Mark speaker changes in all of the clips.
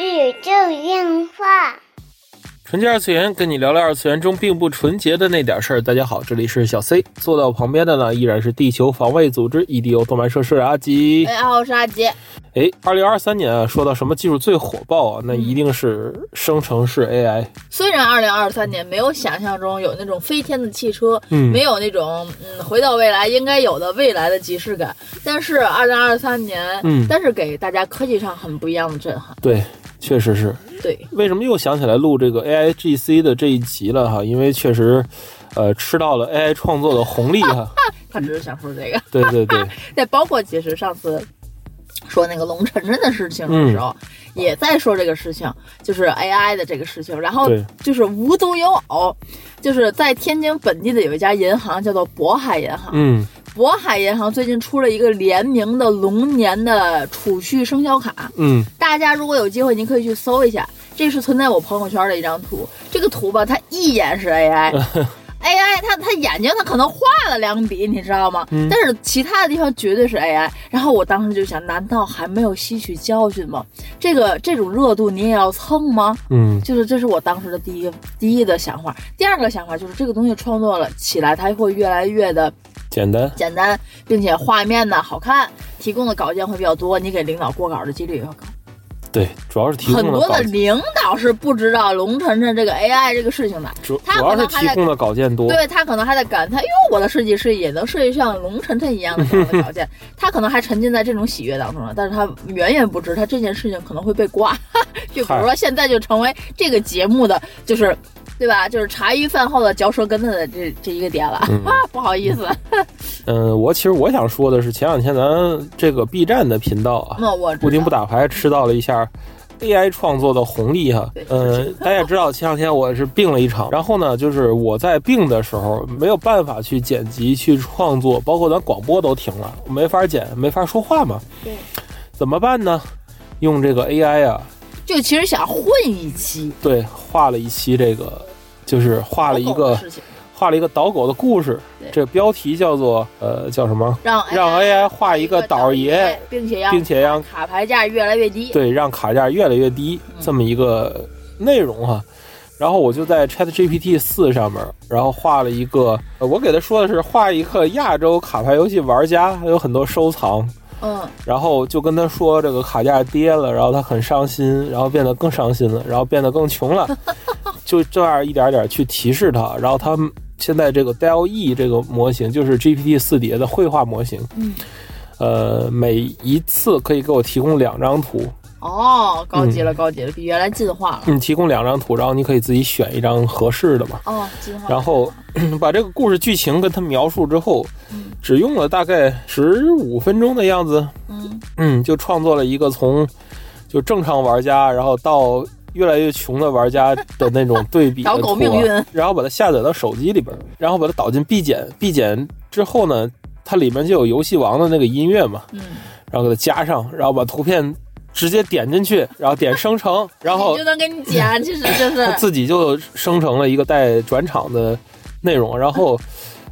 Speaker 1: 宇宙电话。
Speaker 2: 纯洁二次元，跟你聊聊二次元中并不纯洁的那点事儿。大家好，这里是小 C，坐到我旁边的呢依然是地球防卫组织 EDO 动漫社社阿吉。
Speaker 3: 大家好，我是阿哎杰。
Speaker 2: 哎，二零二三年啊，说到什么技术最火爆啊，那
Speaker 3: 嗯
Speaker 2: 一定是生成式 AI。
Speaker 3: 虽然二零二三年没有想象中有那种飞天的汽车，
Speaker 2: 嗯
Speaker 3: 没有那种嗯回到未来应该有的未来的即视感，但是二零二三年，
Speaker 2: 嗯
Speaker 3: 但是给大家科技上很不一样的震撼。
Speaker 2: 对，确实是。
Speaker 3: 对，
Speaker 2: 为什么又想起来录这个 AIGC 的这一集了哈？因为确实，呃，吃到了 AI 创作的红利 哈。
Speaker 3: 他只是想说这个。
Speaker 2: 对对对，
Speaker 3: 再包括其实上次说那个龙晨晨的事情的
Speaker 2: 嗯
Speaker 3: 时候，也在说这个事情，就是 AI 的这个事情。然后
Speaker 2: 对
Speaker 3: 就是无独有偶，就是在天津本地的有一家银行叫做渤海银行，
Speaker 2: 嗯
Speaker 3: 渤海银行最近出了一个联名的龙年的储蓄生肖卡，
Speaker 2: 嗯
Speaker 3: 大家如果有机会，您可以去搜一下。这是存在我朋友圈的一张图，这个图吧，它一眼是 AI。AI，它它眼睛它可能画了两笔，你知道吗？
Speaker 2: 嗯
Speaker 3: 但是其他的地方绝对是 AI。然后我当时就想，难道还没有吸取教训吗？这个这种热度你也要蹭吗？
Speaker 2: 嗯，
Speaker 3: 就是这是我当时的第一个第一的想法。第二个想法就是这个东西创作了起来，它会越来越的
Speaker 2: 简单。
Speaker 3: 简单，并且画面呢好看，提供的稿件会比较多，你给领导过稿的几率也会高。
Speaker 2: 对，主要是提
Speaker 3: 很
Speaker 2: 供了
Speaker 3: 多
Speaker 2: 稿
Speaker 3: 的，领导是不知道龙晨晨 这个 AI 这个事情的，
Speaker 2: 主主
Speaker 3: 他可
Speaker 2: 要是
Speaker 3: 能还
Speaker 2: 提
Speaker 3: 在
Speaker 2: 供的稿件多。
Speaker 3: 对他可能还在感叹，哟，我的设计师也能设计像龙晨晨一样的这样的条件，他可能还沉浸在这种喜悦当中了，但是他远远不知他这件事情可能会被挂， 就比如说现在就成为这个节目的就是。对吧？就是茶余饭后的嚼舌根子的这这一个点了、
Speaker 2: 嗯
Speaker 3: 啊，不好意思，
Speaker 2: 嗯，我其实我想说的是，前两天咱这个 B 站的频道啊，
Speaker 3: 那我
Speaker 2: 不停不
Speaker 3: 打，
Speaker 2: 打牌吃到了一下 AI 创作的红利哈
Speaker 3: 对。
Speaker 2: 呃，大家也知道，前两天我是病了一场，然后呢，就是我在病的时候没有办法去剪辑、去创作，包括咱广播都停了，没法剪，没法说话嘛。
Speaker 1: 对。
Speaker 2: 怎么办呢？用这个 AI 啊，
Speaker 3: 就其实想混一期，
Speaker 2: 对，画了一期这个，就是画了一
Speaker 3: 狗狗的
Speaker 2: 个
Speaker 3: 事情，
Speaker 2: 画了一个导狗的故事
Speaker 3: 对，
Speaker 2: 这标题叫做呃叫什么？
Speaker 3: 让 AI
Speaker 2: 让 AI 画一哎个导爷，，
Speaker 3: 并且让
Speaker 2: 并且让嗯
Speaker 3: 卡牌价越来越低。
Speaker 2: 对，让卡价越来越低这么一个内容哈、然后我就在 Chat GPT 四上面，然后画了一个，呃我给他说的是画一个亚洲卡牌游戏玩家，还有很多收藏。
Speaker 3: 嗯，
Speaker 2: 然后就跟他说这个卡价跌了，然后他很伤心，然后变得更伤心了，然后变得更穷 了，就这样一点点去提示他。然后他们现在这个 DLE 这个模型就是 GPT 四底下的绘画模型，
Speaker 3: 嗯，
Speaker 2: 呃，每一次可以给我提供两张图，
Speaker 3: 哦，高级
Speaker 2: 嗯
Speaker 3: 了，高级了，比原来进化了。
Speaker 2: 你提供两张图，然后你可以自己选一张合适的嘛。
Speaker 3: 哦，进化了。
Speaker 2: 嗯然后 把这个故事剧情跟他描述之后
Speaker 3: 嗯，
Speaker 2: 只用了大概十五分钟的样子，
Speaker 3: 嗯，
Speaker 2: 嗯，就创作了一个从就正常玩家，然后到越来越穷的玩家的那种对比的
Speaker 3: 导 狗
Speaker 2: 图啊
Speaker 3: 命运，
Speaker 2: 然后把它下载到手机里边儿，然后把它导进必检，必检之后呢，它里面就有游戏王的那个音乐嘛，
Speaker 3: 嗯，
Speaker 2: 然后给它加上，然后把图片直接点进去，然后点生成，然 后
Speaker 3: 你就能给你 剪，其实就
Speaker 2: 它
Speaker 3: 是
Speaker 2: 自己就生成了一个带转场的内容，然后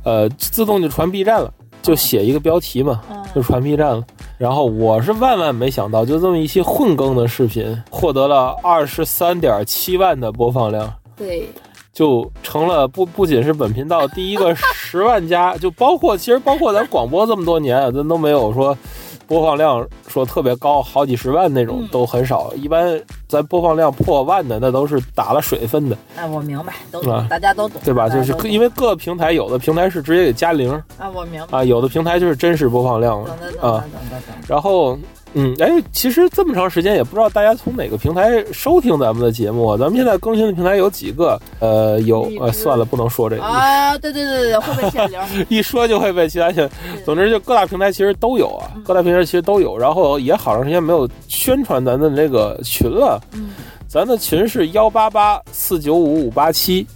Speaker 2: 呃自动就传 B 站了，就写一个标题嘛，就
Speaker 3: 嗯，
Speaker 2: 传 B 站了。然后我是万万没想到，就这么一期混更的视频，获得了二十三点七万的播放量，
Speaker 3: 对，
Speaker 2: 就成了不不仅是本频道第一个十万加，就包括其实包括咱广播这么多年啊，咱都没有说播放量说特别高，好几十万那种
Speaker 3: 嗯
Speaker 2: 都很少。一般咱播放量破万的，那都是打了水分的，
Speaker 3: 哎，我明白，都
Speaker 2: 啊
Speaker 3: 懂，大家都懂，
Speaker 2: 对吧？就是
Speaker 3: 大家都
Speaker 2: 各
Speaker 3: 懂
Speaker 2: 因为各个平台有的平台是直接给加零
Speaker 3: 啊，我明白，
Speaker 2: 啊，有的平台就是真实播放量了
Speaker 3: 懂得懂
Speaker 2: 啊
Speaker 3: 得。懂得懂得。
Speaker 2: 然后，嗯，哎，其实这么长时间也不知道大家从哪个平台收听咱们的节目啊。咱们现在更新的平台有几个？呃，有
Speaker 3: 荔枝
Speaker 2: 呃，算了，不能说这个，
Speaker 3: 啊，对对对对，会被限流。
Speaker 2: 一说就会被其他些。总之，就各大平台其实都有啊
Speaker 3: 嗯，
Speaker 2: 各大平台其实都有。然后也好长时间没有宣传咱的这个群了，
Speaker 3: 嗯，
Speaker 2: 咱的群是幺八八四九五五八七。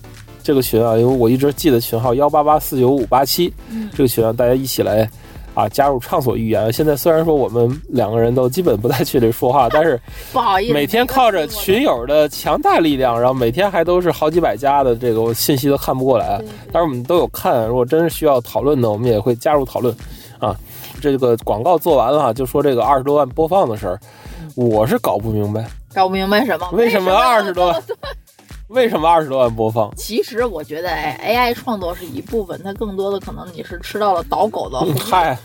Speaker 2: 这个群啊，因为我一直记得群号幺八八四九五八七，
Speaker 3: 嗯，
Speaker 2: 这个群啊，大家一起来啊，加入畅所欲言。现在虽然说我们两个人都基本不在群里说话，但是
Speaker 3: 不好意思，
Speaker 2: 每天靠着群友的强大力量，然后每天还都是好几百加的这个信息都看不过来
Speaker 3: 对。对
Speaker 2: 当然我们都有看，如果真是需要讨论的，我们也会加入讨论啊。这个广告做完了啊，就说这个二十多万播放的事儿
Speaker 3: 嗯。
Speaker 2: 我是搞不明白
Speaker 3: 搞不明白什么？
Speaker 2: 为什么二十多万， 为什么二十多万播放？
Speaker 3: 其实我觉得，哎，AI 创作是一部分，它更多的可能你是吃到了导狗的红
Speaker 2: 嗯
Speaker 3: 利，
Speaker 2: 嗨，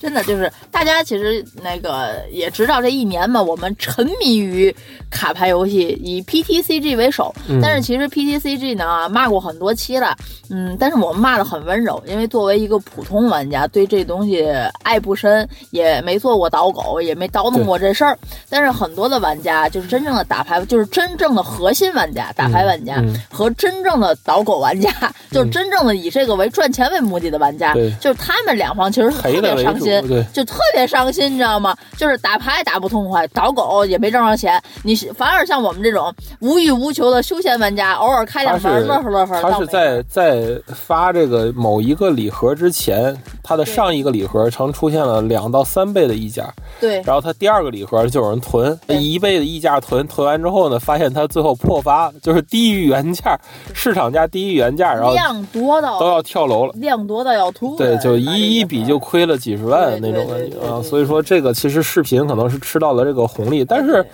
Speaker 3: 真的就是大家其实那个也知道这一年嘛，我们沉迷于卡牌游戏，以 PTCG 为首。
Speaker 2: 嗯
Speaker 3: 但是其实 PTCG 呢骂过很多期了，嗯，但是我们骂的很温柔，因为作为一个普通玩家，对这东西爱不深，也没做过导狗，也没叨弄过这事儿。但是很多的玩家，就是真正的打牌，就是真正的核心玩家，打牌玩家、
Speaker 2: 嗯
Speaker 3: 和真正的导狗玩家，就是真正的以这个为赚钱为目的的玩家，
Speaker 2: 对
Speaker 3: 就是他们两方其实是特
Speaker 2: 赔的
Speaker 3: 别
Speaker 2: 为
Speaker 3: 伤
Speaker 2: 主，
Speaker 3: 心。
Speaker 2: 对，
Speaker 3: 就特别伤心，你知道吗？就是打牌打不痛快，导狗也没挣着钱，你反而像我们这种无欲无求的休闲玩家，偶尔开
Speaker 2: 他
Speaker 3: 两
Speaker 2: 是
Speaker 3: 盘乐呵乐呵。
Speaker 2: 他
Speaker 3: 倒
Speaker 2: 是
Speaker 3: 霉
Speaker 2: 在在发这个某一个礼盒之前，他的上一个礼盒常出现了两到三倍的溢价，
Speaker 3: 对
Speaker 2: 然后他第二个礼盒就有人囤，
Speaker 3: 对
Speaker 2: 一倍的溢价囤，囤完之后呢，发现他最后破发，就是低于原价，市场价低于原价，然后
Speaker 3: 量多
Speaker 2: 都
Speaker 3: 到
Speaker 2: 要跳楼了。
Speaker 3: 量多到要哎吐了。
Speaker 2: 对，就
Speaker 3: 那
Speaker 2: 一一
Speaker 3: 个
Speaker 2: 比就亏了几十万那
Speaker 3: 对对
Speaker 2: 种感
Speaker 3: 对
Speaker 2: 觉
Speaker 3: 对
Speaker 2: 啊，
Speaker 3: 对
Speaker 2: 所以说这个其实视频可能是吃到了这个红利，但是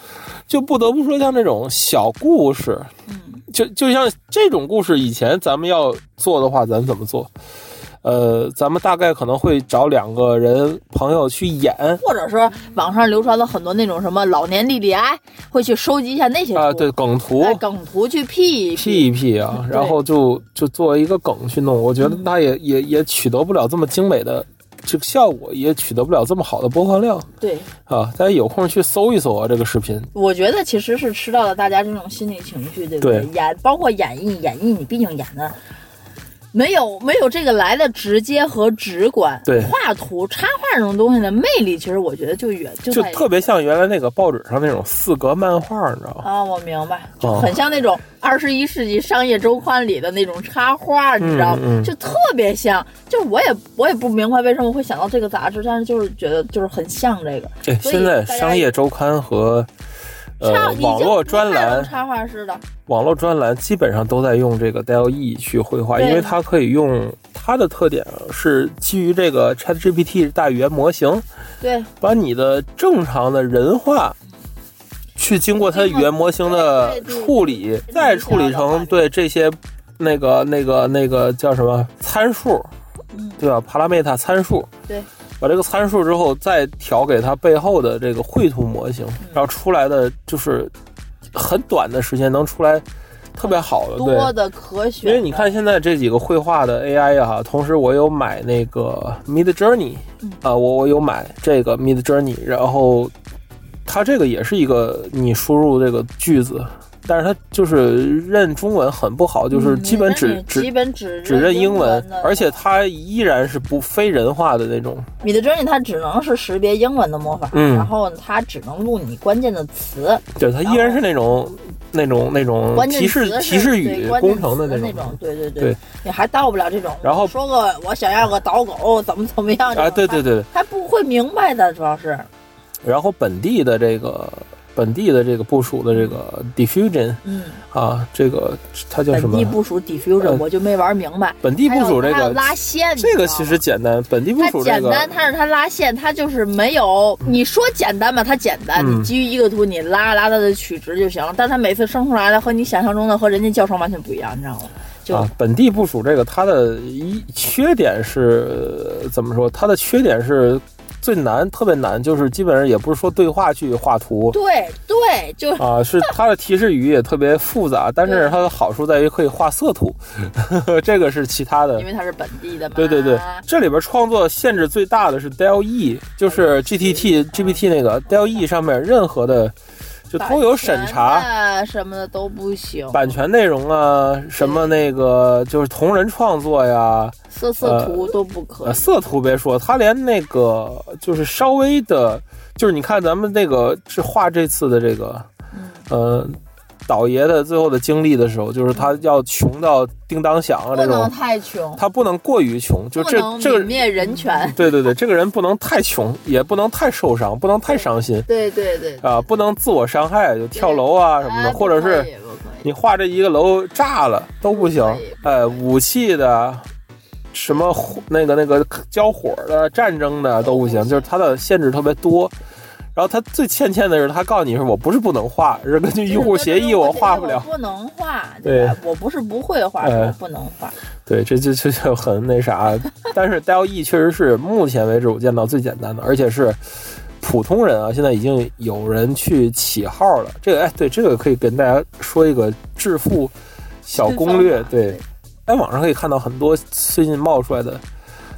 Speaker 2: 就不得不说像这种小故事，
Speaker 3: 嗯
Speaker 2: 就就像这种故事，以前咱们要做的话，咱们怎么做？呃，咱们大概可能会找两个人朋友去演
Speaker 3: 或者说网上流传了很多那种什么老年 DDI，会去收集一下那些
Speaker 2: 啊，
Speaker 3: 图
Speaker 2: 对，，梗图
Speaker 3: 在梗图去 P 一
Speaker 2: P 一 P 啊，
Speaker 3: 对
Speaker 2: 然后就就作为一个梗去弄，我觉得它也也也取得不了这么精美的这个效果，也取得不了这么好的播放量
Speaker 3: 对，
Speaker 2: 啊。大家有空去搜一搜啊，这个视频。
Speaker 3: 我觉得其实是吃到了大家这种心理情绪，对不
Speaker 2: 对
Speaker 3: 演包括演绎，演绎你毕竟演的没有没有这个来的直接和直观。
Speaker 2: 对
Speaker 3: 画图、插画这种东西的魅力，其实我觉得就远就
Speaker 2: 就
Speaker 3: 在于
Speaker 2: 特别像原来那个报纸上那种四格漫画，你知道吗？
Speaker 3: 啊，我明白，就
Speaker 2: 哦
Speaker 3: 很像那种二十一世纪商业周刊里的那种插画，你知道吗？
Speaker 2: 嗯嗯
Speaker 3: 就特别像。就我也我也不明白为什么会想到这个杂志，但是就是觉得就是很像这个。
Speaker 2: 对，
Speaker 3: 所以
Speaker 2: 哎现在
Speaker 3: 大家
Speaker 2: 商业周刊和
Speaker 3: 插
Speaker 2: 呃
Speaker 3: 已经
Speaker 2: 网络专
Speaker 3: 不太能
Speaker 2: 栏，
Speaker 3: 插画师的，
Speaker 2: 网络专栏基本上都在用这个 DLE 去绘画，
Speaker 3: 对
Speaker 2: 因为它可以用它的特点是基于这个 ChatGPT 大语言模型，
Speaker 3: 对，
Speaker 2: 把你的正常的人话。去经过它的语言模型的
Speaker 3: 对对对
Speaker 2: 处理，再处理成对这些那个那个那个叫什么参数，
Speaker 3: 嗯
Speaker 2: 对吧？Parameta 参数，
Speaker 3: 对，
Speaker 2: 把这个参数之后再调给它背后的这个绘图模型，然后出来的就是很短的时间能出来特别好的，对。
Speaker 3: 多的可选
Speaker 2: 因
Speaker 3: 的。
Speaker 2: 为你看现在这几个绘画的 AI 哈、同时我有买那个 Mid Journey，
Speaker 3: 嗯
Speaker 2: 啊、我我有买这个 Mid Journey，然后它这个也是一个你输入这个句子，但是它就是认中文很不好，就是
Speaker 3: 嗯
Speaker 2: 基本只、
Speaker 3: 那
Speaker 2: 只
Speaker 3: 基本只
Speaker 2: 只认英文
Speaker 3: 文的，
Speaker 2: 而且它依然是不非人化的那种。
Speaker 3: 米的 Journey 它只能是识别英文的魔法，
Speaker 2: 嗯
Speaker 3: 然后它只能录你关键的词，
Speaker 2: 对，它依然是那种那种那种
Speaker 3: 关
Speaker 2: 嗯
Speaker 3: 键
Speaker 2: 提示
Speaker 3: 词是
Speaker 2: 提示
Speaker 3: 对
Speaker 2: 语
Speaker 3: 关键
Speaker 2: 工程的
Speaker 3: 词
Speaker 2: 那
Speaker 3: 那
Speaker 2: 种。
Speaker 3: 对对
Speaker 2: 对，
Speaker 3: 你还到不了这种。
Speaker 2: 然后
Speaker 3: 说个我想要个导狗怎么怎么样
Speaker 2: 啊，对对，对对。
Speaker 3: 他不会明白的，主要是
Speaker 2: 然后本地的这个本地的这个部署的这个 diffusion
Speaker 3: 嗯，
Speaker 2: 啊，这个它叫什
Speaker 3: 本
Speaker 2: 么
Speaker 3: 地？部署 diffusion
Speaker 2: 呃
Speaker 3: 我就没玩明白。
Speaker 2: 本地部署这
Speaker 3: 还有还有
Speaker 2: 个
Speaker 3: 拉线，你
Speaker 2: 这个
Speaker 3: 知道
Speaker 2: 其
Speaker 3: 吗
Speaker 2: 实简单，本地部
Speaker 3: 它
Speaker 2: 署这
Speaker 3: 简
Speaker 2: 个
Speaker 3: 单，它是它拉线，它就是没有你说简单吧，它简单，
Speaker 2: 嗯
Speaker 3: 你基于一个图你拉拉它的取值就行了。但它每次生出来的和你想象中的和人家教程完全不一样，你知道吗？就、
Speaker 2: 啊，本地部署这个它的一缺点是呃怎么说？它的缺点是最难，特别难，就是基本上也不是说对话去画图。
Speaker 3: 对对，就
Speaker 2: 啊，是它的提示语也特别复杂，但是
Speaker 3: 对
Speaker 2: 它的好处在于可以画色图， 这个是其他的
Speaker 3: 因为它是本地的嘛。
Speaker 2: 对对对，
Speaker 3: 啊
Speaker 2: 这里边创作限制最大的是 DLE，就是
Speaker 3: 哦
Speaker 2: GTT、GPT 那个 DLE 上面任何的就
Speaker 3: 版
Speaker 2: 都有审查，
Speaker 3: 权啊什么的都不行，
Speaker 2: 版权内容啊，什
Speaker 3: 嗯
Speaker 2: 么那个就是同人创作呀，
Speaker 3: 色色图都不可
Speaker 2: 呃，
Speaker 3: 以。
Speaker 2: 色图别说，他连那个就是稍微的，就是你看咱们那个是画这次的这个
Speaker 3: 嗯
Speaker 2: 呃倒爷的最后的经历的时候，就是他要穷到叮当响啊
Speaker 3: 嗯不
Speaker 2: 这
Speaker 3: 能
Speaker 2: 种，
Speaker 3: 太穷，
Speaker 2: 他不能过于穷，就
Speaker 3: 不
Speaker 2: 这
Speaker 3: 能
Speaker 2: 这
Speaker 3: 泯
Speaker 2: 个嗯
Speaker 3: 灭人权。
Speaker 2: 对对对，这个人不能太穷，也不能太受伤，不能太伤心
Speaker 3: 对对对，
Speaker 2: 啊，不能自我伤害，就跳楼啊什么的，
Speaker 3: 哎
Speaker 2: 或者
Speaker 3: 不可
Speaker 2: 是
Speaker 3: 以不可以
Speaker 2: 你画这一个楼炸了都不行
Speaker 3: 不可以。
Speaker 2: 哎，武器的，什么火那个那个交火的、战争的都不行，就是它的限制特别多。然后他最欠欠的是，他告诉你是我不是不能画，是根据用户协议我画不了。
Speaker 3: 我不能画， 对吧？我不是不会画，
Speaker 2: 哎
Speaker 3: 我不能画。
Speaker 2: 对，这这这就很那啥。但是 DLE 确实是目前为止我见到最简单的，而且是普通人啊，现在已经有人去起号了。这个哎，对，这个可以跟大家说一个致富小攻略。对，
Speaker 3: 对，
Speaker 2: 在网上可以看到很多最近冒出来的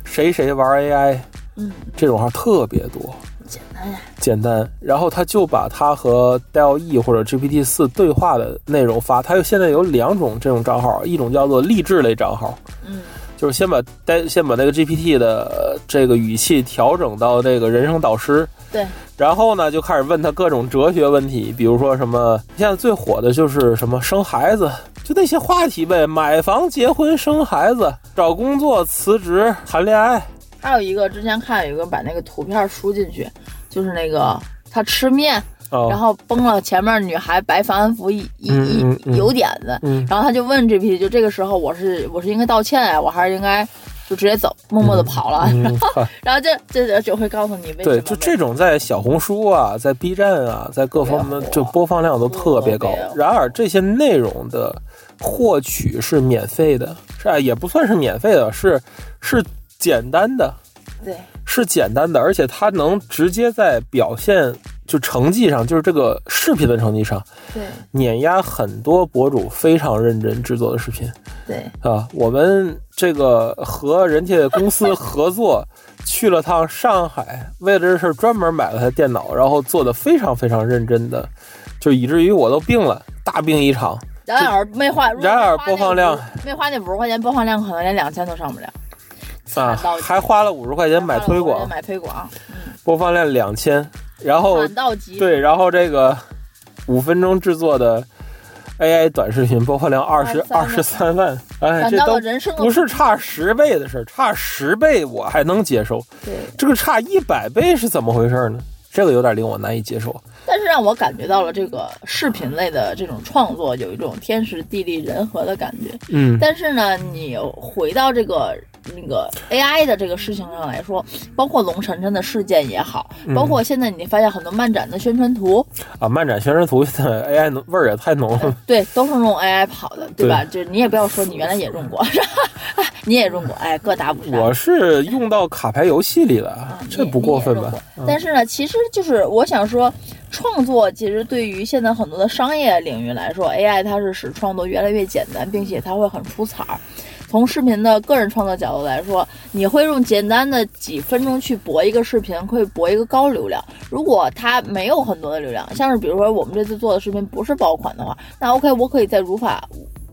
Speaker 2: 谁谁玩 AI
Speaker 3: 嗯，
Speaker 2: 这种号特别多。
Speaker 3: 简单呀，
Speaker 2: 简单，然后他就把他和 DLE 或者 GPT 四对话的内容发。他现在有两种这种账号，一种叫做励志类账号，
Speaker 3: 嗯，
Speaker 2: 就是先把呆先把那个 GPT 的呃这个语气调整到这个人生导师，
Speaker 3: 对，
Speaker 2: 然后呢就开始问他各种哲学问题，比如说什么现在最火的就是什么生孩子，就那些话题呗，买房、结婚、生孩子、找工作、辞职、谈恋爱，
Speaker 3: 还有一个之前看有一个把那个图片输进去，就是那个他吃面，
Speaker 2: 哦，
Speaker 3: 然后崩了前面女孩白凡安福一一
Speaker 2: 嗯嗯嗯
Speaker 3: 一有点子，
Speaker 2: 嗯
Speaker 3: 然后他就问 GPT，就这个时候我是我是应该道歉呀，我还是应该就直接走，默默的跑了，
Speaker 2: 嗯，嗨
Speaker 3: 然后这这这就会告诉你为什么
Speaker 2: 对，就这
Speaker 3: 为
Speaker 2: 种在小红书啊，在 B 站啊，在各方面
Speaker 3: 特别火
Speaker 2: 就播放量都特别高
Speaker 3: 特别。火
Speaker 2: 然而这些内容的获取是免费的，是啊，也不算是免费的，是是简单的，
Speaker 3: 对
Speaker 2: 是简单的，而且它能直接在表现就成绩上，就是这个视频的成绩上
Speaker 3: 对
Speaker 2: 碾压很多博主非常认真制作的视频。
Speaker 3: 对，
Speaker 2: 啊，我们这个和人家公司合作去了趟上海，为了这事儿专门买了台电脑，然后做的非常非常认真的，就以至于我都病了，大病一场。
Speaker 3: 然而没花，如果
Speaker 2: 然而
Speaker 3: 没
Speaker 2: 播
Speaker 3: 花那
Speaker 2: 放量
Speaker 3: 没花那五十块钱，播放量可能连两千都上不了。
Speaker 2: 啊
Speaker 3: 惨到，极
Speaker 2: 还花了五十块钱买推广，
Speaker 3: 买推广，
Speaker 2: 播放量两千，然后
Speaker 3: 惨到极，
Speaker 2: 对，然后这个五分钟制作的 AI 短视频播放量二十二十三万，哎，
Speaker 3: 惨
Speaker 2: 这
Speaker 3: 到
Speaker 2: 都
Speaker 3: 了人生的
Speaker 2: 不是差十倍的事儿，差十倍我还能接受，
Speaker 3: 对。
Speaker 2: 这个差一百倍是怎么回事呢？这个有点令我难以接受。
Speaker 3: 但是让我感觉到了这个视频类的这种创作有一种天时地利人和的感觉。
Speaker 2: 嗯，
Speaker 3: 但是呢，你回到这个那个 AI 的这个事情上来说，包括龙晨晨的事件也好，
Speaker 2: 嗯
Speaker 3: 包括现在你发现很多漫展的宣传图，
Speaker 2: 啊，漫展宣传图现在 AI 浓味儿也太浓了。
Speaker 3: 对，都是用 AI 跑的，对吧？就是你也不要说你原来也用过， 你也用过，哎，各打五十大板。
Speaker 2: 我是用到卡牌游戏里了，啊
Speaker 3: 嗯
Speaker 2: 这不过分吧？嗯
Speaker 3: 但啊是呢，其实就是我想说，创作其实对于现在很多的商业领域来说，AI 它是使创作越来越简单，并且它会很出彩儿。从视频的个人创作角度来说，你会用简单的几分钟去博一个视频，会博一个高流量。如果它没有很多的流量，像是比如说我们这次做的视频不是爆款的话，那 OK，我可以再如法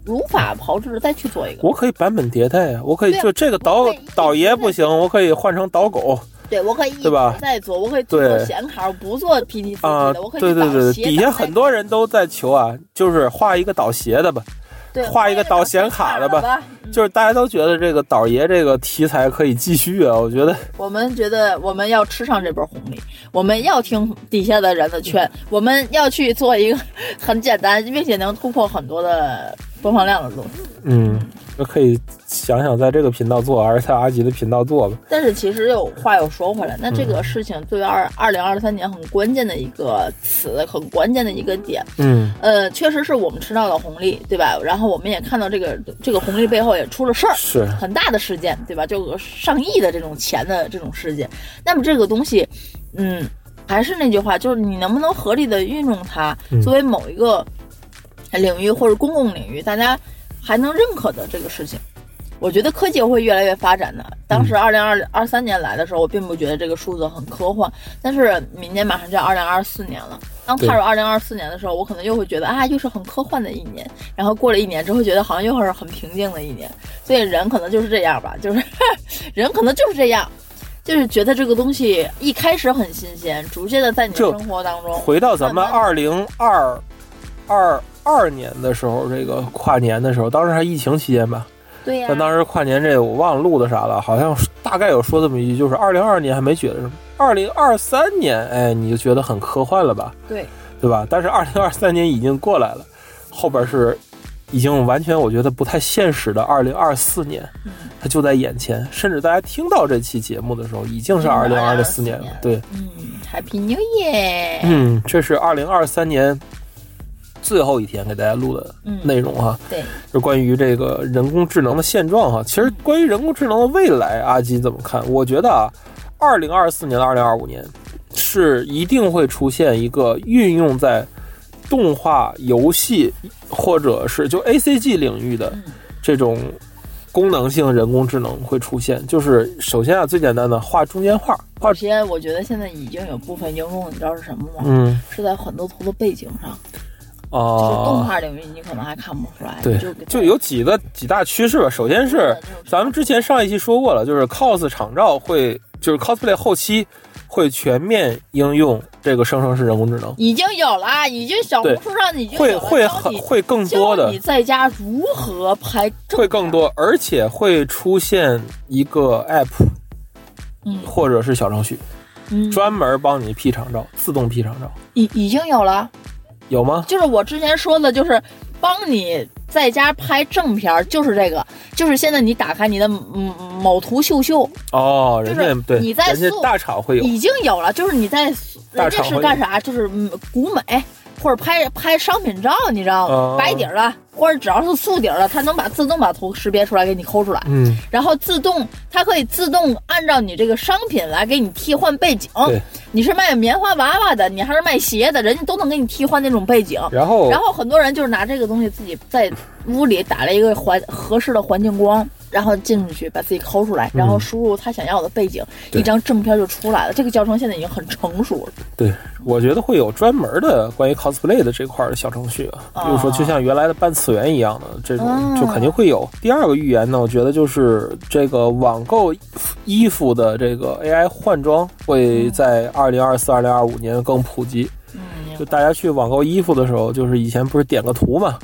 Speaker 3: 如法炮制地再去做一个。
Speaker 2: 我可以版本迭代啊，我可以
Speaker 3: 对啊
Speaker 2: 就这个导
Speaker 3: 我可以
Speaker 2: 导爷不行，我可以换成导狗
Speaker 3: 对，我可以一
Speaker 2: 对吧
Speaker 3: 直在做，我可以
Speaker 2: 对
Speaker 3: 做显卡，我不做 PT 四
Speaker 2: 啊。
Speaker 3: 的，我可以
Speaker 2: 对对
Speaker 3: 绑
Speaker 2: 对，
Speaker 3: 鞋带
Speaker 2: 底下很多人都在求啊，就是画一个导鞋的吧，
Speaker 3: 对
Speaker 2: 画一个导显卡的吧
Speaker 3: 吧。
Speaker 2: 就是大家都觉得这个导爷这个题材可以继续啊。我觉得
Speaker 3: 我们觉得我们要吃上这波红利，我们要听底下的人的劝，我们要去做一个 很简单，并且能突破很多的播放量的东西。
Speaker 2: 嗯，就可以想想在这个频道做，还是在阿吉的频道做吧。
Speaker 3: 但是其实又话又说回来，那
Speaker 2: 嗯
Speaker 3: 这个事情对于二二零二三年很关键的一个词，很关键的一个点，
Speaker 2: 嗯。
Speaker 3: 呃，确实是我们吃到了红利，对吧？然后我们也看到这个这个红利背后也出了事儿，
Speaker 2: 是，
Speaker 3: 很大的事件，对吧？就有上亿的这种钱的这种事件。那么这个东西，嗯，还是那句话，就是你能不能合理的运用它，
Speaker 2: 嗯
Speaker 3: 作为某一个领域或者公共领域，大家还能认可的这个事情。我觉得科技会越来越发展的。当
Speaker 2: 嗯
Speaker 3: 时二零二二三年来的时候，我并不觉得这个数字很科幻，但是明年马上就要二零二四年了。当踏入二零二四年的时候，我可能又会觉得啊，又是很科幻的一年。然后过了一年之后，觉得好像又是很平静的一年。所以人可能就是这样吧， 就是人可能就是这样，就是觉得这个东西一开始很新鲜，逐渐的在你的
Speaker 2: 就
Speaker 3: 生活当中，
Speaker 2: 回到咱们
Speaker 3: 慢慢
Speaker 2: 二零二二二年的时候，这个跨年的时候，当时还疫情期间吧，
Speaker 3: 对呀、
Speaker 2: 但当时跨年这个我忘了录的啥了，好像是大概有说这么一句，就是二零二二年还没觉得什么，二零二三年，哎，你就觉得很科幻了吧，
Speaker 3: 对
Speaker 2: 对吧？但是二零二三年已经过来了，后边是已经完全我觉得不太现实的二零二四年，它就在眼前，甚至大家听到这期节目的时候，已经是二
Speaker 3: 已
Speaker 2: 零
Speaker 3: 经是
Speaker 2: 二
Speaker 3: 2024
Speaker 2: 四年了
Speaker 3: 年了。
Speaker 2: 对，
Speaker 3: 嗯，Happy New Year！
Speaker 2: 嗯，这是二零二三年最后一天给大家录的
Speaker 3: 嗯
Speaker 2: 内容哈，
Speaker 3: 对，
Speaker 2: 就关于这个人工智能的现状哈。其实关于人工智能的未来，阿基怎么看？我觉得啊，二零二四年到二零二五年是一定会出现一个运用在动画、游戏或者是就 A C G 领域的
Speaker 3: 嗯
Speaker 2: 这种。功能性人工智能会出现，就是首先啊，最简单的画中间画，画
Speaker 3: 首，先，我觉得现在已经有部分应用，你知道是什么吗？
Speaker 2: 嗯
Speaker 3: 是在很多图的背景上，
Speaker 2: 啊，
Speaker 3: 就是动画领域，你可能还看不出来。
Speaker 2: 对
Speaker 3: 就，
Speaker 2: 就有几个几大趋势吧。首先是咱们之前上一期说过了，就是 cos 场照会，就是 cosplay 后期会全面应用这个生成式人工智能，
Speaker 3: 已经有了，已经小红书上已经
Speaker 2: 会
Speaker 3: 有了
Speaker 2: 会
Speaker 3: 教
Speaker 2: 很
Speaker 3: 你
Speaker 2: 会更多
Speaker 3: 教
Speaker 2: 的
Speaker 3: 你，在家如何拍正
Speaker 2: 会更多，而且会出现一个 app
Speaker 3: 嗯
Speaker 2: 或者是小程序，
Speaker 3: 嗯，
Speaker 2: 专门帮你 P 场照，自动 P 场照，
Speaker 3: 已已经有了，
Speaker 2: 有吗？
Speaker 3: 就是我之前说的，就是帮你在家拍正片儿，就是这个，就是现在你打开你的嗯某图秀秀，
Speaker 2: 哦，
Speaker 3: 就
Speaker 2: 人
Speaker 3: 是
Speaker 2: 家对，
Speaker 3: 你在
Speaker 2: 人家
Speaker 3: 速
Speaker 2: 大厂会有，
Speaker 3: 已经有了，就是你在
Speaker 2: 大
Speaker 3: 人家
Speaker 2: 厂
Speaker 3: 是
Speaker 2: 会
Speaker 3: 干啥？就是嗯，古美或者拍拍商品照，你知道吗？
Speaker 2: 哦
Speaker 3: 白底儿的或者只要是素底儿的，它能把自动把图识别出来，给你抠出来，
Speaker 2: 嗯，
Speaker 3: 然后自动它可以自动按照你这个商品来给你替换背景。
Speaker 2: 对，
Speaker 3: 你是卖棉花娃娃的，你还是卖鞋的，人家都能给你替换那种背景。
Speaker 2: 然后
Speaker 3: 然后很多人就是拿这个东西自己在屋里打了一个环合适的环境光，然后进去把自己抠出
Speaker 2: 嗯
Speaker 3: 来，然后输入他想要的背景，
Speaker 2: 对
Speaker 3: 一张正片就出来了。这个教程现在已经很成熟了。
Speaker 2: 对，我觉得会有专门的关于 cosplay 的这块儿的小程序啊，比如说就像原来的半次元一样的这种
Speaker 3: 哦，
Speaker 2: 就肯定会有。第二个预言呢，我觉得就是这个网购衣服的这个 AI 换装会在二零二四、二零二五年更普及。
Speaker 3: 嗯，
Speaker 2: 就大家去网购衣服的时候，就是以前不是点个图嘛，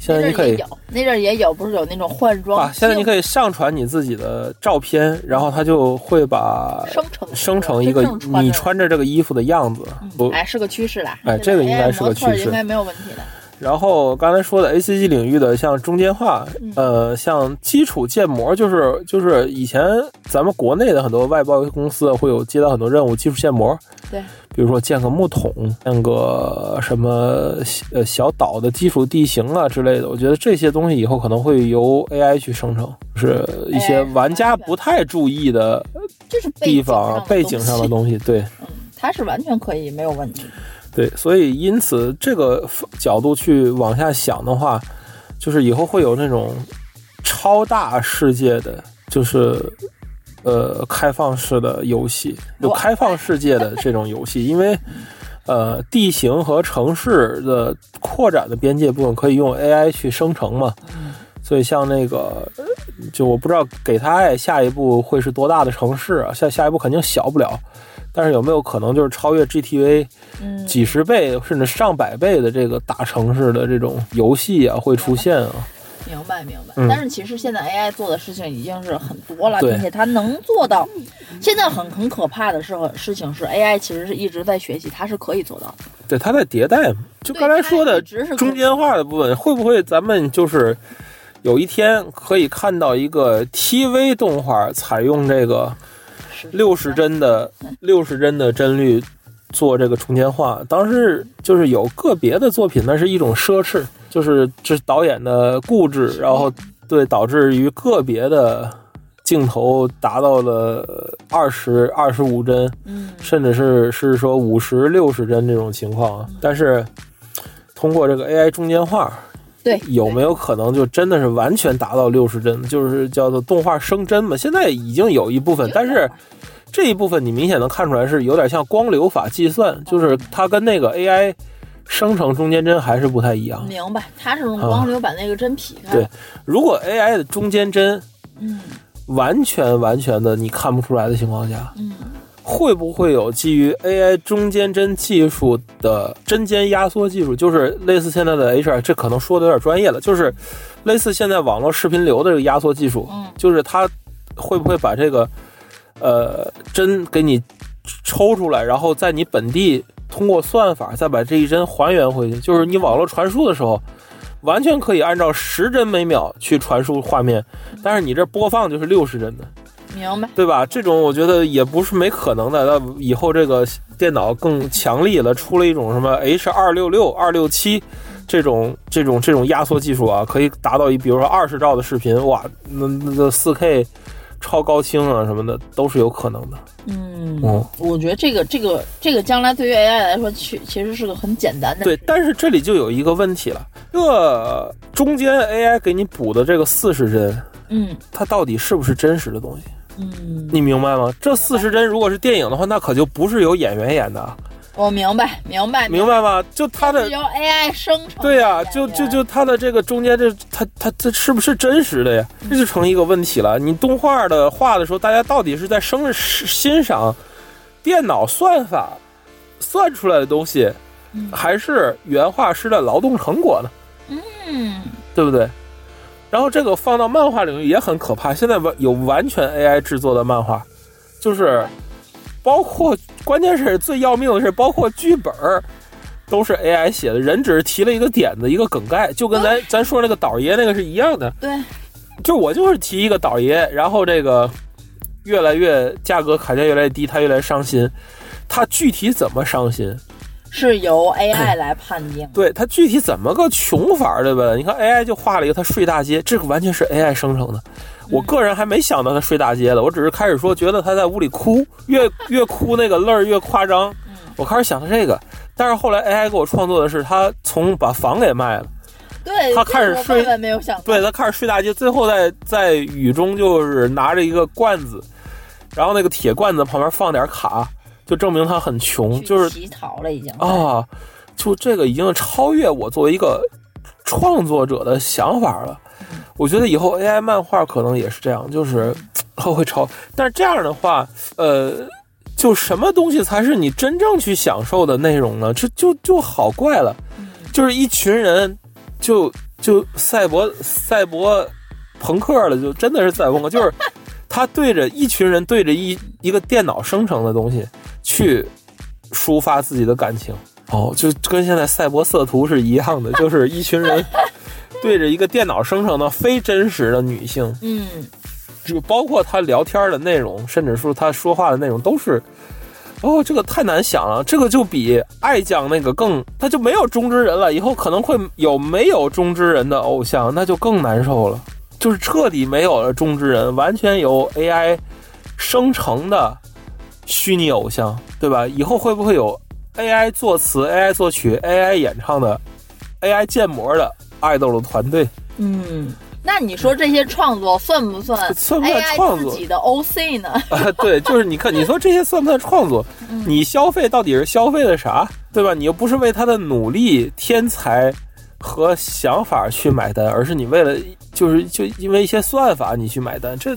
Speaker 2: 现在你
Speaker 3: 那阵儿
Speaker 2: 可
Speaker 3: 也
Speaker 2: 以
Speaker 3: 有，那阵儿也有，不是有那种换装
Speaker 2: 啊，现在你可以上传你自己的照片，然后它就会把
Speaker 3: 生成
Speaker 2: 生成一个
Speaker 3: 真正穿
Speaker 2: 你
Speaker 3: 着
Speaker 2: 穿着这个衣服的样子。不，
Speaker 3: 哎，是个趋势啦。
Speaker 2: 哎
Speaker 3: 现在
Speaker 2: 这个应该
Speaker 3: AI
Speaker 2: 是个
Speaker 3: 模特儿
Speaker 2: 趋势
Speaker 3: 应该没有问题的。
Speaker 2: 然后刚才说的 A C G 领域的，像中间化，呃，像基础建模，就是就是以前咱们国内的很多外包公司会有接到很多任务，基础建模，
Speaker 3: 对，
Speaker 2: 比如说建个木桶，建个什么呃小岛的基础地形啊之类的。我觉得这些东西以后可能会由 A I 去生成，就是一些
Speaker 3: AI
Speaker 2: 玩家不太注意的
Speaker 3: 就是
Speaker 2: 地方、啊背景上的
Speaker 3: 西，
Speaker 2: 东西，对。
Speaker 3: 嗯，它是完全可以没有问题的。
Speaker 2: 对，所以因此这个角度去往下想的话，就是以后会有那种超大世界的，就是呃开放式的游戏，有
Speaker 3: 哇
Speaker 2: 开放世界的这种游戏，因为呃地形和城市的扩展的边界部分可以用 AI 去生成嘛。所以像那个，呃就我不知道给他爱下一步会是多大的城市啊？下下一步肯定小不了，但是有没有可能就是超越 GTA
Speaker 3: 嗯，
Speaker 2: 几十倍甚至上百倍的这个大城市的这种游戏啊会出现啊。
Speaker 3: 明白明白，
Speaker 2: 嗯
Speaker 3: 但是其实现在 AI 做的事情已经是很多了，
Speaker 2: 对
Speaker 3: 并且它能做到。现在很很可怕的时候事情是 AI 其实是一直在学习，它是可以做到的。
Speaker 2: 对，它在迭代嘛。就
Speaker 3: 对
Speaker 2: 刚才说
Speaker 3: 它
Speaker 2: 的
Speaker 3: 一直是更
Speaker 2: 中间化的部分，会不会咱们就是有一天可以看到一个 TV 动画采用这个
Speaker 3: 是
Speaker 2: 六十帧的六十帧的帧率做这个重间化？当时就是有个别的作品，那是一种奢侈，就是这导演的固执，然后对导致于个别的镜头达到了二十二十五帧，
Speaker 3: 嗯，
Speaker 2: 甚至是是说五十六十帧这种情况啊。但是通过这个 AI 中间化，
Speaker 3: 对，
Speaker 2: 有没有可能就真的是完全达到六十帧，就是叫做动画生帧嘛？现在已经有一部分
Speaker 3: 有，
Speaker 2: 但是这一部分你明显能看出来是有点像光流法计算，就是它跟那个 AI 生成中间帧还是不太一样。
Speaker 3: 明白？它是用光流把那个针劈开。
Speaker 2: 啊对，如果 AI 的中间帧
Speaker 3: 嗯
Speaker 2: 完全完全的你看不出来的情况下，
Speaker 3: 嗯，
Speaker 2: 会不会有基于 AI 中间帧技术的针尖压缩技术？就是类似现在的 HR，这可能说的有点专业了，就是类似现在网络视频流的这个压缩技术
Speaker 3: 嗯，
Speaker 2: 就是它会不会把这个呃帧给你抽出来，然后在你本地通过算法再把这一帧还原回去？就是你网络传输的时候。完全可以按照十帧每秒去传输画面，但是你这播放就是六十帧的，
Speaker 3: 明白。
Speaker 2: 对吧？这种我觉得也不是没可能的。那以后这个电脑更强力了，出了一种什么 H 二六六、二六七这种这种这种压缩技术啊，可以达到一，比如说二十兆的视频，哇，那那四 K 超高清啊什么的都是有可能的。
Speaker 3: 嗯，
Speaker 2: 嗯，
Speaker 3: 我觉得这个这个这个将来对于 AI 来说，其其实是个很简单的。
Speaker 2: 对，但是这里就有一个问题了，这中间 AI 给你补的这个四十帧，
Speaker 3: 嗯
Speaker 2: 它到底是不是真实的东西？
Speaker 3: 嗯，
Speaker 2: 你明白吗？这四十帧如果是电影的话，那可就不是由演员演的啊，
Speaker 3: 我明白明白，
Speaker 2: 明白吗？就他的
Speaker 3: 是由 AI 生成。
Speaker 2: 哦对呀、就就就他的这个中间这他他这是不是真实的呀？这就成一个问题了。你动画的画的时候，大家到底是在生欣赏电脑算法算出来的东西
Speaker 3: 嗯，
Speaker 2: 还是原画师的劳动成果呢？
Speaker 3: 嗯，
Speaker 2: 对不对？然后这个放到漫画领域也很可怕，现在完有完全 AI 制作的漫画，就是包括关键是最要命的是，包括剧本儿都是 AI 写的，人只是提了一个点子一个梗概，就跟咱咱说那个倒爷那个是一样的，
Speaker 3: 对，
Speaker 2: 就我就是提一个倒爷，然后这个越来越价格砍价越来越低，他越来越伤心，他具体怎么伤心？
Speaker 3: 是由
Speaker 2: 嗯
Speaker 3: AI 来判定。
Speaker 2: 对它具体怎么个穷法儿，对吧？你看 AI 就画了一个它睡大街，这个完全是 AI 生成的。我个人还没想到它睡大街的，我只是开始说觉得它在屋里哭，越越哭那个泪儿越夸张。
Speaker 3: 嗯
Speaker 2: 我开始想的这个，但是后来 AI 给我创作的是它从把房给卖了，
Speaker 3: 对，
Speaker 2: 他开始
Speaker 3: 这个我
Speaker 2: 睡
Speaker 3: 万万没有想到。
Speaker 2: 对它开始睡大街，最后在在雨中就是拿着一个罐子，然后那个铁罐子旁边放点卡，就证明它很穷，
Speaker 3: 去
Speaker 2: 嗯就是
Speaker 3: 乞讨了已经。
Speaker 2: 啊，就这个已经超越我作为一个创作者的想法了。我觉得以后 AI 漫画可能也是这样，就是它会超，但是这样的话，呃，就什么东西才是你真正去享受的内容呢？这就就好怪了，就是一群人就就赛博赛博朋克了，就真的是赛博朋克，就是他对着一群人对着一一个电脑生成的东西去抒发自己的感情。哦，就跟现在赛博色图是一样的，就是一群人对着一个电脑生成的非真实的女性，
Speaker 3: 嗯，
Speaker 2: 就包括他聊天的内容，甚至说他说话的内容都是。哦，这个太难想了，这个就比爱酱那个更，他就没有中之人了，以后可能会有没有中之人的偶像，那就更难受了，就是彻底没有了中之人，完全由 AI 生成的虚拟偶像，对吧？以后会不会有 AI 作词、AI 作曲、AI 演唱的、AI 建模的爱豆的团队？
Speaker 3: 嗯，那你说这些创作算不算
Speaker 2: 嗯算不算创
Speaker 3: AI
Speaker 2: 作
Speaker 3: 自己的 OC 呢？
Speaker 2: 啊，对，就是你看，你说这些算不算创作？你消费到底是消费的啥，对吧？你又不是为他的努力、天才和想法去买单，而是你为了就是就因为一些算法你去买单，这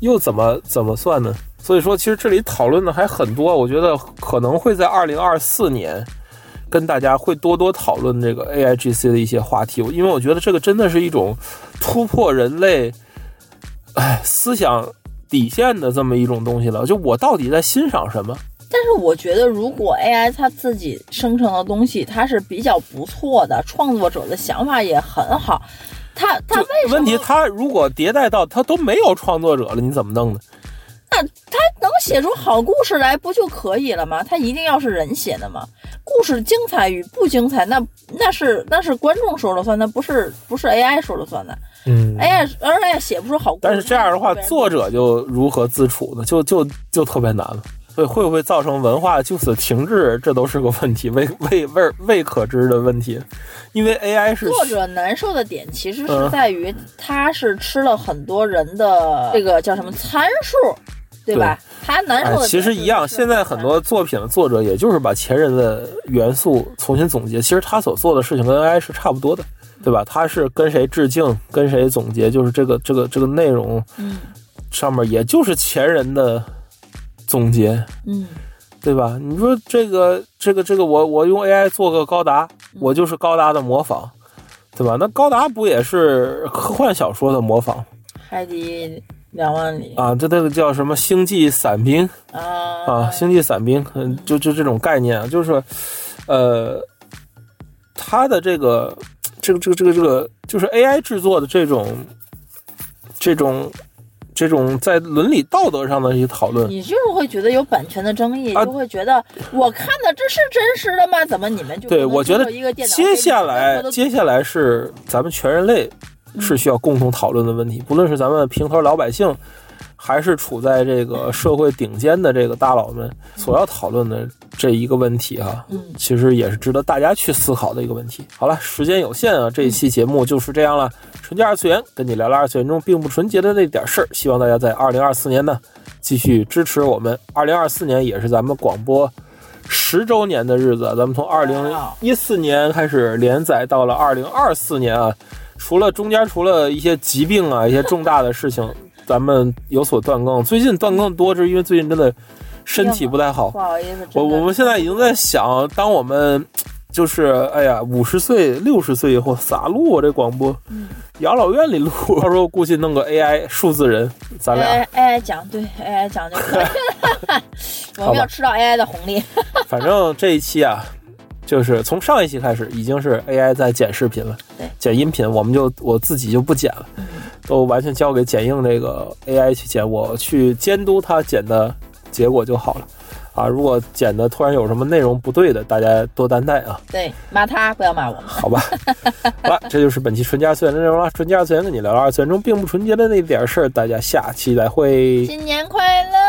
Speaker 2: 又怎么怎么算呢？所以说，其实这里讨论的还很多，我觉得可能会在二零二四年跟大家会多多讨论这个 AIGC 的一些话题，因为我觉得这个真的是一种突破人类哎思想底线的这么一种东西了。就我到底在欣赏什么？
Speaker 3: 但是我觉得，如果 AI 它自己生成的东西，它是比较不错的，创作者的想法也很好。它它
Speaker 2: 就
Speaker 3: 为什么
Speaker 2: 问题，它如果迭代到它都没有创作者了，你怎么弄呢？
Speaker 3: 那它能写出好故事来不就可以了吗？它一定要是人写的吗？故事精彩与不精彩，那那是那是观众说了算，那不是不是 AI 说了算的。
Speaker 2: 嗯
Speaker 3: AI 而 AI 写不出好故事，
Speaker 2: 但是这样的话，
Speaker 3: 那就被人
Speaker 2: 作者就如何自处呢？就就就特别难了。所以会不会造成文化就此停滞，这都是个问题，未未未未可知的问题。因为 AI 是
Speaker 3: 作者难受的点其实是
Speaker 2: 嗯
Speaker 3: 在于，他是吃了很多人的这个叫什么参数，对吧？他难受
Speaker 2: 哎
Speaker 3: 的、，
Speaker 2: 其实一样。现在很多作品的作者，也就是把前人的元素重新总结。其实他所做的事情跟 AI 是差不多的，对吧？他是跟谁致敬，跟谁总结，就是这个这个这个内容
Speaker 3: 嗯
Speaker 2: 上面，也就是前人的总结，
Speaker 3: 嗯
Speaker 2: 对吧？你说这个这个这个，我我用 AI 做个高达，我就是高达的模仿，对吧？那高达不也是科幻小说的模仿
Speaker 3: 海底两万里
Speaker 2: 啊？这这个叫什么《星际伞兵》？
Speaker 3: 啊
Speaker 2: 啊，星际伞兵，嗯，就就这种概念啊，就是，呃，它的这个这个这个这个这个，就是 AI 制作的这种这种这种在伦理道德上的一些讨论。
Speaker 3: 你就是会觉得有版权的争议，
Speaker 2: 啊
Speaker 3: 就会觉得我看的这是真实的吗？怎么你们就
Speaker 2: 对，
Speaker 3: 不能
Speaker 2: 我觉
Speaker 3: 通
Speaker 2: 得
Speaker 3: 过一个电脑
Speaker 2: 接下
Speaker 3: 给
Speaker 2: 来
Speaker 3: 你们
Speaker 2: 接下来是咱们全人类
Speaker 3: 嗯
Speaker 2: 是需要共同讨论的问题，不论是咱们平头老百姓，还是处在这个社会顶尖的这个大佬们所要讨论的这一个问题啊，
Speaker 3: 嗯
Speaker 2: 其实也是值得大家去思考的一个问题。好了，时间有限啊，这一期节目就是这样了。纯洁二次元跟你聊聊二次元中并不纯洁的那点事儿，希望大家在二零二四年呢继续支持我们。二零二四年也是咱们广播。十周年的日子，咱们从二零一四年开始连载到了二零二四年啊，除了中间除了一些疾病啊，一些重大的事情，咱们有所断更。最近断更多，是因为最近真的身体不太好
Speaker 3: 不。好意思，
Speaker 2: 我我们现在已经在想，当我们就是哎呀五十岁、六十岁以后，咋录啊这广播？养老院里录，到时候估计弄个 AI 数字人，咱俩
Speaker 3: AI AI 讲对 AI 讲就可以 了，我
Speaker 2: 好
Speaker 3: 们
Speaker 2: 吧
Speaker 3: 要吃到 AI 的红利。
Speaker 2: 反正这一期啊，就是从上一期开始已经是 AI 在剪视频了
Speaker 3: 对，
Speaker 2: 剪音频，我们就我自己就不剪了，都完全交给剪映这个 AI 去剪，我去监督它剪的结果就好了。啊，如果剪的突然有什么内容不对的，大家多担待啊，
Speaker 3: 对，骂他不要骂我们。
Speaker 2: 好吧？ 好了，这就是本期纯洁二次元的内容了。纯洁二次元跟你聊聊二次元中并不纯洁的那点事儿，大家下期再会。
Speaker 3: 新年快乐！